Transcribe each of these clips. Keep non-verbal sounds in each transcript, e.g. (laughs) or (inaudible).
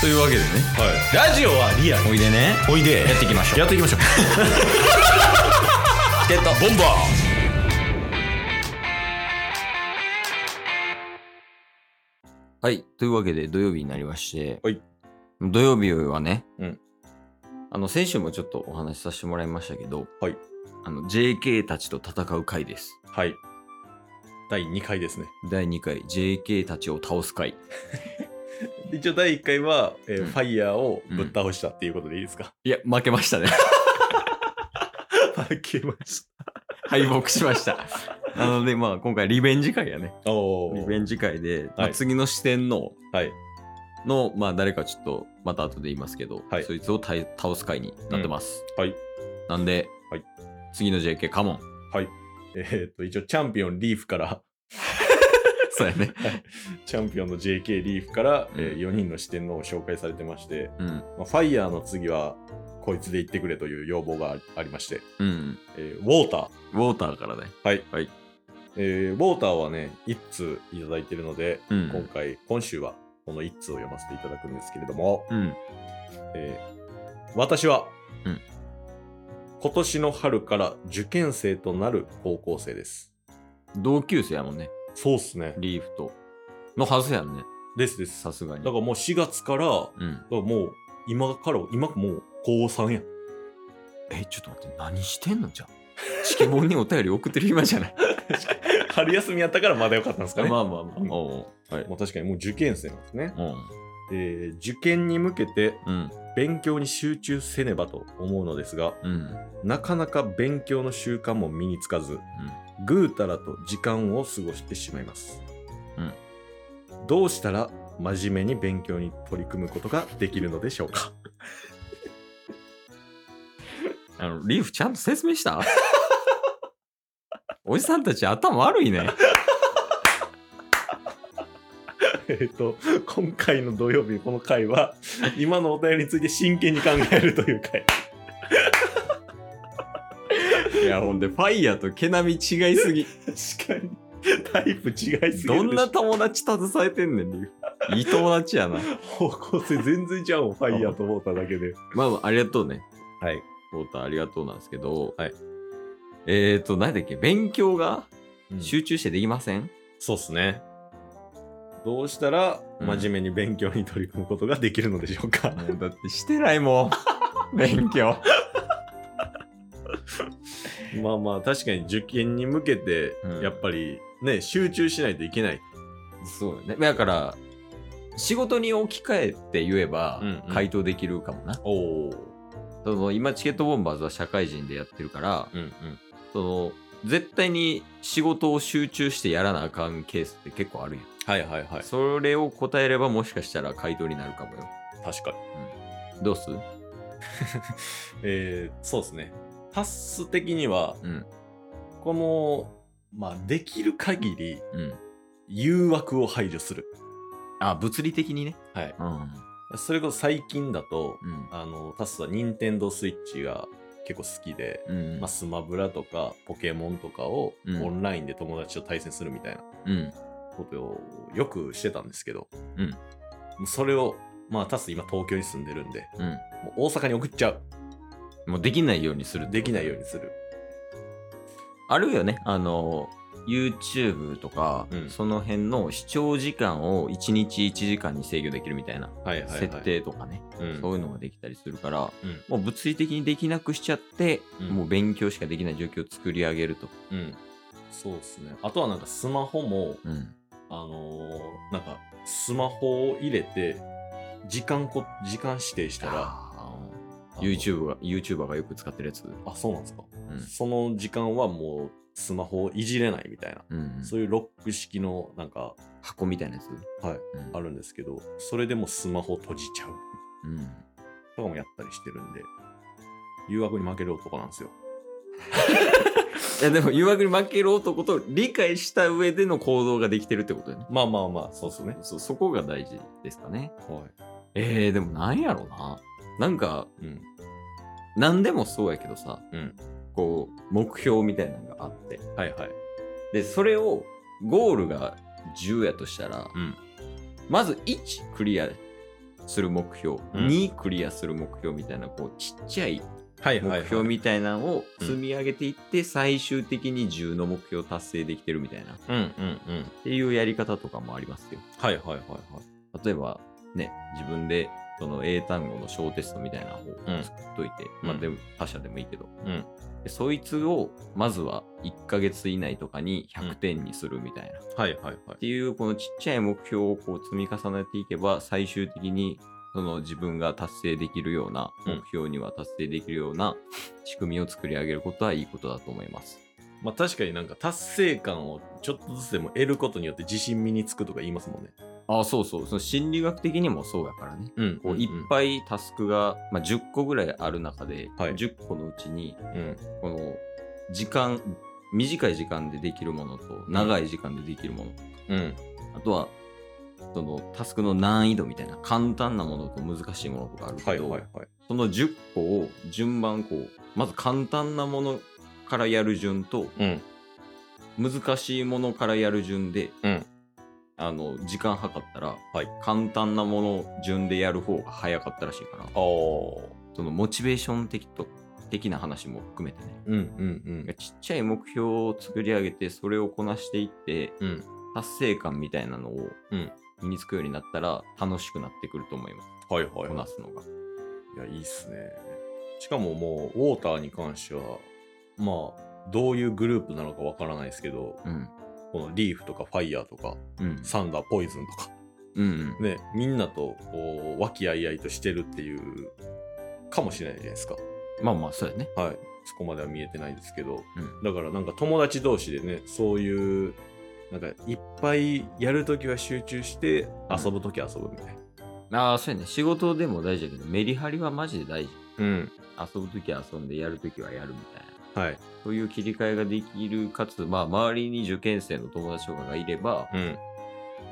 というわけでねラジオはリアルおいでねおいでやっていきましょうやっていきましょうチケットボンバーはいというわけで土曜日になりまして、はい土曜日はね、うんあの先週もちょっとお話しさせてもらいましたけど、はいあの JK たちと戦う回ですはい第2回ですね第2回 JK たちを倒す回一応第1回は、えーうんファイヤーをぶっ倒したっていうことでいいですか、いや負けましたね負けまし (laughs) 敗北しましたなのでまあ今回リベンジ会やねたおリベンジ会で、まあはい次の四天王はいの、まあ、誰かちょっとまた後で言いますけど、はいそいつを倒倒す会になってます、うんはいなんで、はい次の JK カモンはいえーっと一応チャンピオンリーフから (laughs) (laughs) そうやねチャンピオンの JK リーフから、えうん4人の四天王を紹介されてまして、うんまあ、ファイヤーの次はこいつで行ってくれという要望があありまして、うんえーウォーターウォーターからねえーウォーターはね、一通いただいてるので、う今ん回、今週はこの一通を読ませていただくんですけれども、うんえー私は、うん今年の春から受験生となる高校生です。同級生やもんねそうっすね。リーフとのはずやんねですです。ださすがにからもう4月から、だかうん、らもう今から、今もう高3や。えちょっと待って何してんのじゃあ (laughs) チケボンにお便り送ってる暇じゃない (laughs) 春休みやったからまだよかったんですかね。まあまあまあう (laughs) んおうはいもう確かにもう受験生なんですね。うんえー受験に向けてうん勉強に集中せねばと思うのですが、うんなかなか勉強の習慣も身につかず、ぐうたらと時間を過ごしてしまいます、うんどうしたら真面目に勉強に取り組むことができるのでしょうかあのリーフちゃんと説明した (laughs) おじさんたち頭悪いね (laughs) えっと今回の土曜日この回は今のお便りについて真剣に考えるという回いやほんでファイヤーと毛並み違いすぎ確かにタイプ違いすぎるでしょどんな友達携えてんねんリーフいい友達やな方向性全然ちゃうもんファイヤーと思っただけでまあまあありがとうねはいウォーターありがとうなんですけど、はいえっ、ー、と何だっけ勉強がしゅ集中してできません、そうっすねどうしたら真面目に勉強に取り組むことができるのでしょうか、もうだってしてないも (laughs) ん勉強 (laughs) まあまあ確かに受験に向けてうんやっぱりね、集中しないといけない、そうねだから仕事に置き換えて言えばうんうん回答できるかもな、おおその今チケットボンバーズは社会人でやってるからうんうんその絶対に仕事を集中してやらなあかんケースって結構あるやんはいはいはいそれを答えればもしかしたら回答になるかもよ。確かにどうすえー、そうですねタス的にはうん。このまあできる限りうん。誘惑を排除するあ、物理的にね。はいうん。それこそ最近だとうん。あのタスは任天堂スイッチが結構好きで、うんまあ、。スマブラとかポケモンとかをうんオンラインで友達と対戦するみたいなうん。ことをよくしてたんですけど、うんもうそれを、まあ、タス今東京に住んでるんで、うん。もう大阪に送っちゃう。もうできないようにする。できないように。にする。あるよね。あの、YouTube とか、うんその辺の視聴時間を1日1時間に制御できるみたいなはいはい、はい。設定とかね、うん。そういうのができたりするから、うんもう物理的にできなくしちゃって、うんもう勉強しかできない状況を作り上げると。うんそうですね。あとはなんかスマホも、うん。あのーなんかスマホを入れて、時間こ、時間指定したら、ああのー YouTube が、YouTuber がよく使ってるやつ。あ、そうなんですか、うんその時間はもうスマホをいじれないみたいな、うんそういうロック式のなんか、箱みたいなやつ、はい、あるんですけど、それでもスマホ閉じちゃう。うん、とかもやったりしてるんで、誘惑に負ける男なんですよ。いやでも誘惑に負ける男と理解した上での行動ができてるってことだよねまあまあまあ、そうですね。そそこが大事ですかねはえー、でもなんやろうななんかい。うん。何でもそうやけどさうん。こう目標みたいなのがあってはいはい。でそれをゴールが10やとしたら、うんまず1クリアする目標、うん2クリアする目標みたいなこうちっちゃいはいはい、はい。目標みたいなのを積み上げていって、最終的に10の目標を達成できてるみたいなっうんうんうん。ていうやり方とかもありますよ。はいはいはいはい。例えばね自分でその英単語の小テストみたいな方うをん作っといて、まあうんでも他社でもいいけど、うんでそいつをまずは1ヶ月以内とかに100点にするみたいな、っはいはいはい。ていうこのちっちゃい目標をこう積み重ねていけば最終的にその自分が達成できるようなうん目標には達成できるような仕組みを作り上げることはいいことだと思います。まあ確かになんか達成感をちょっとずつでも得ることによって自信身につくとか言いますもんね。あそうそうその心理学的にもそうやからね。うんこういっぱいタスクが、まあ、10個ぐらいある中で、はい10個のうちにい。うん。この時間短い時間でできるものと長い時間でできるもの、うん。あとはそのタスクの難易度みたいな簡単なものと難しいものとかあるはけいど、はいはい。その10個を順番こうまず簡単なものからやる順とうん。難しいものからやる順で、うんあの時間計ったら、はい簡単なもの順でやる方が早かったらしいからああ。そのモチベーション的と的な話も含めてねうんうんちっちゃい目標を作り上げてそれをこなしていってうん。うん。達成感みたいなのをうん身につくようになったら楽しくなってくると思います、はいはいこはなすのがい。いや、いいっすね。しかももう、ウォーターに関しては、まあ、どういうグループなのかわからないですけど、うんこのリーフとかファイヤーとか、うんサンダー、ポイズンとか、 (laughs) うんね、みんなと、こう、和気あいあいとしてるっていう、かもしれないじゃないですか。まあまあそうやねはい、そこまでは見えてないですけど、うんだからなんか友達同士でねそういうなんかいっぱいやるときは集中して遊ぶときは遊ぶみたいな、ああそうやね仕事でも大事だけどメリハリはマジで大事うん遊ぶときは遊んでやるときはやるみたいなはいそういう切り替えができるかつまあ周りに受験生の友達とかがいれば、うん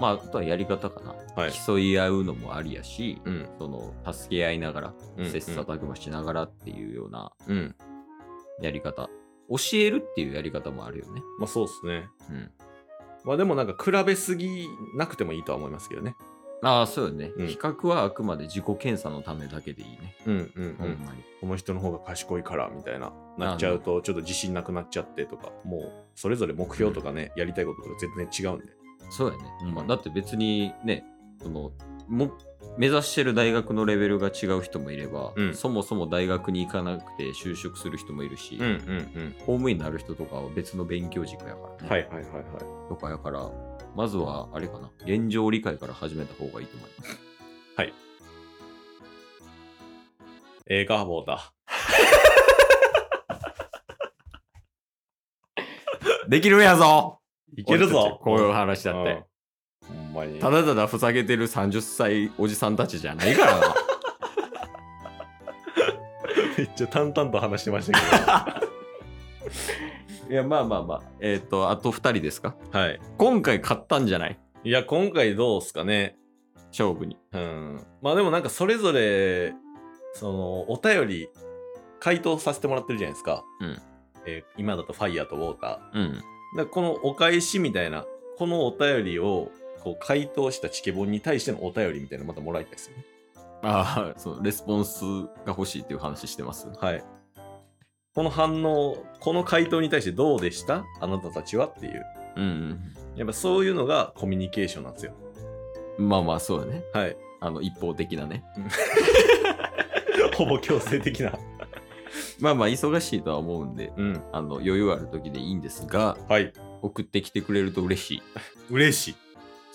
まああとはやり方かな、はい競い合うのもありやし、うんその助け合いながら、うん切磋琢磨しながらっていうようなうんやり方、教えるっていうやり方もあるよね。まあそうですねうん、まあでもなんか比べすぎなくてもいいとは思いますけどねああ、そうよね、うん比較はあくまで自己検査のためだけでいいね。うんうんほんまに。この人の方が賢いからみたいななっちゃうとちょっと自信なくなっちゃってとかもうそれぞれ目標とかね、やりたいこととか全然違うんでそうやね。うんまあ、だって別にね、そのも目指してる大学のレベルが違う人もいれば、うんそもそも大学に行かなくて就職する人もいるし、ん公務員になる人とかは別の勉強軸やからね。はいはいはいはいとかやから、まずはあれかな、現状理解から始めた方がいいと思います。映画棒だできるやぞいいけるぞこういう話だって。うん。ほんまに。ただただふざけてる30歳おじさんたちじゃないからな。めっちゃ淡々と話してました (laughs) けいや、まあまあまあ。えっ、と、あと2人ですかど。 (laughs) はい。今回買ったんじゃないいや、今回どうっすかね。勝負に。うん。まあでもなんかそれぞれ、その、お便り、回答させてもらってるじゃないですか。うんえー今だとファイヤーとウォーター。だかうん。らこのお返しみたいな、このお便りを、こう回答したチケボンに対してのお便りみたいなのまたもらいたいですよね。ああ、そう、レスポンスが欲しいっていう話してます。はい。この反応、この回答に対してどうでしたあなたたちはっていう。うん、やっぱそういうのがコミュニケーションなんですよ。うん。まあまあ、そうだね。はい。 (laughs) あの、一方的なね。ほぼ強制的な。まあまあ、忙しいとは思うんで、うん。あの、余裕ある時でいいんですが、はい。送ってきてくれると嬉しい。嬉し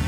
す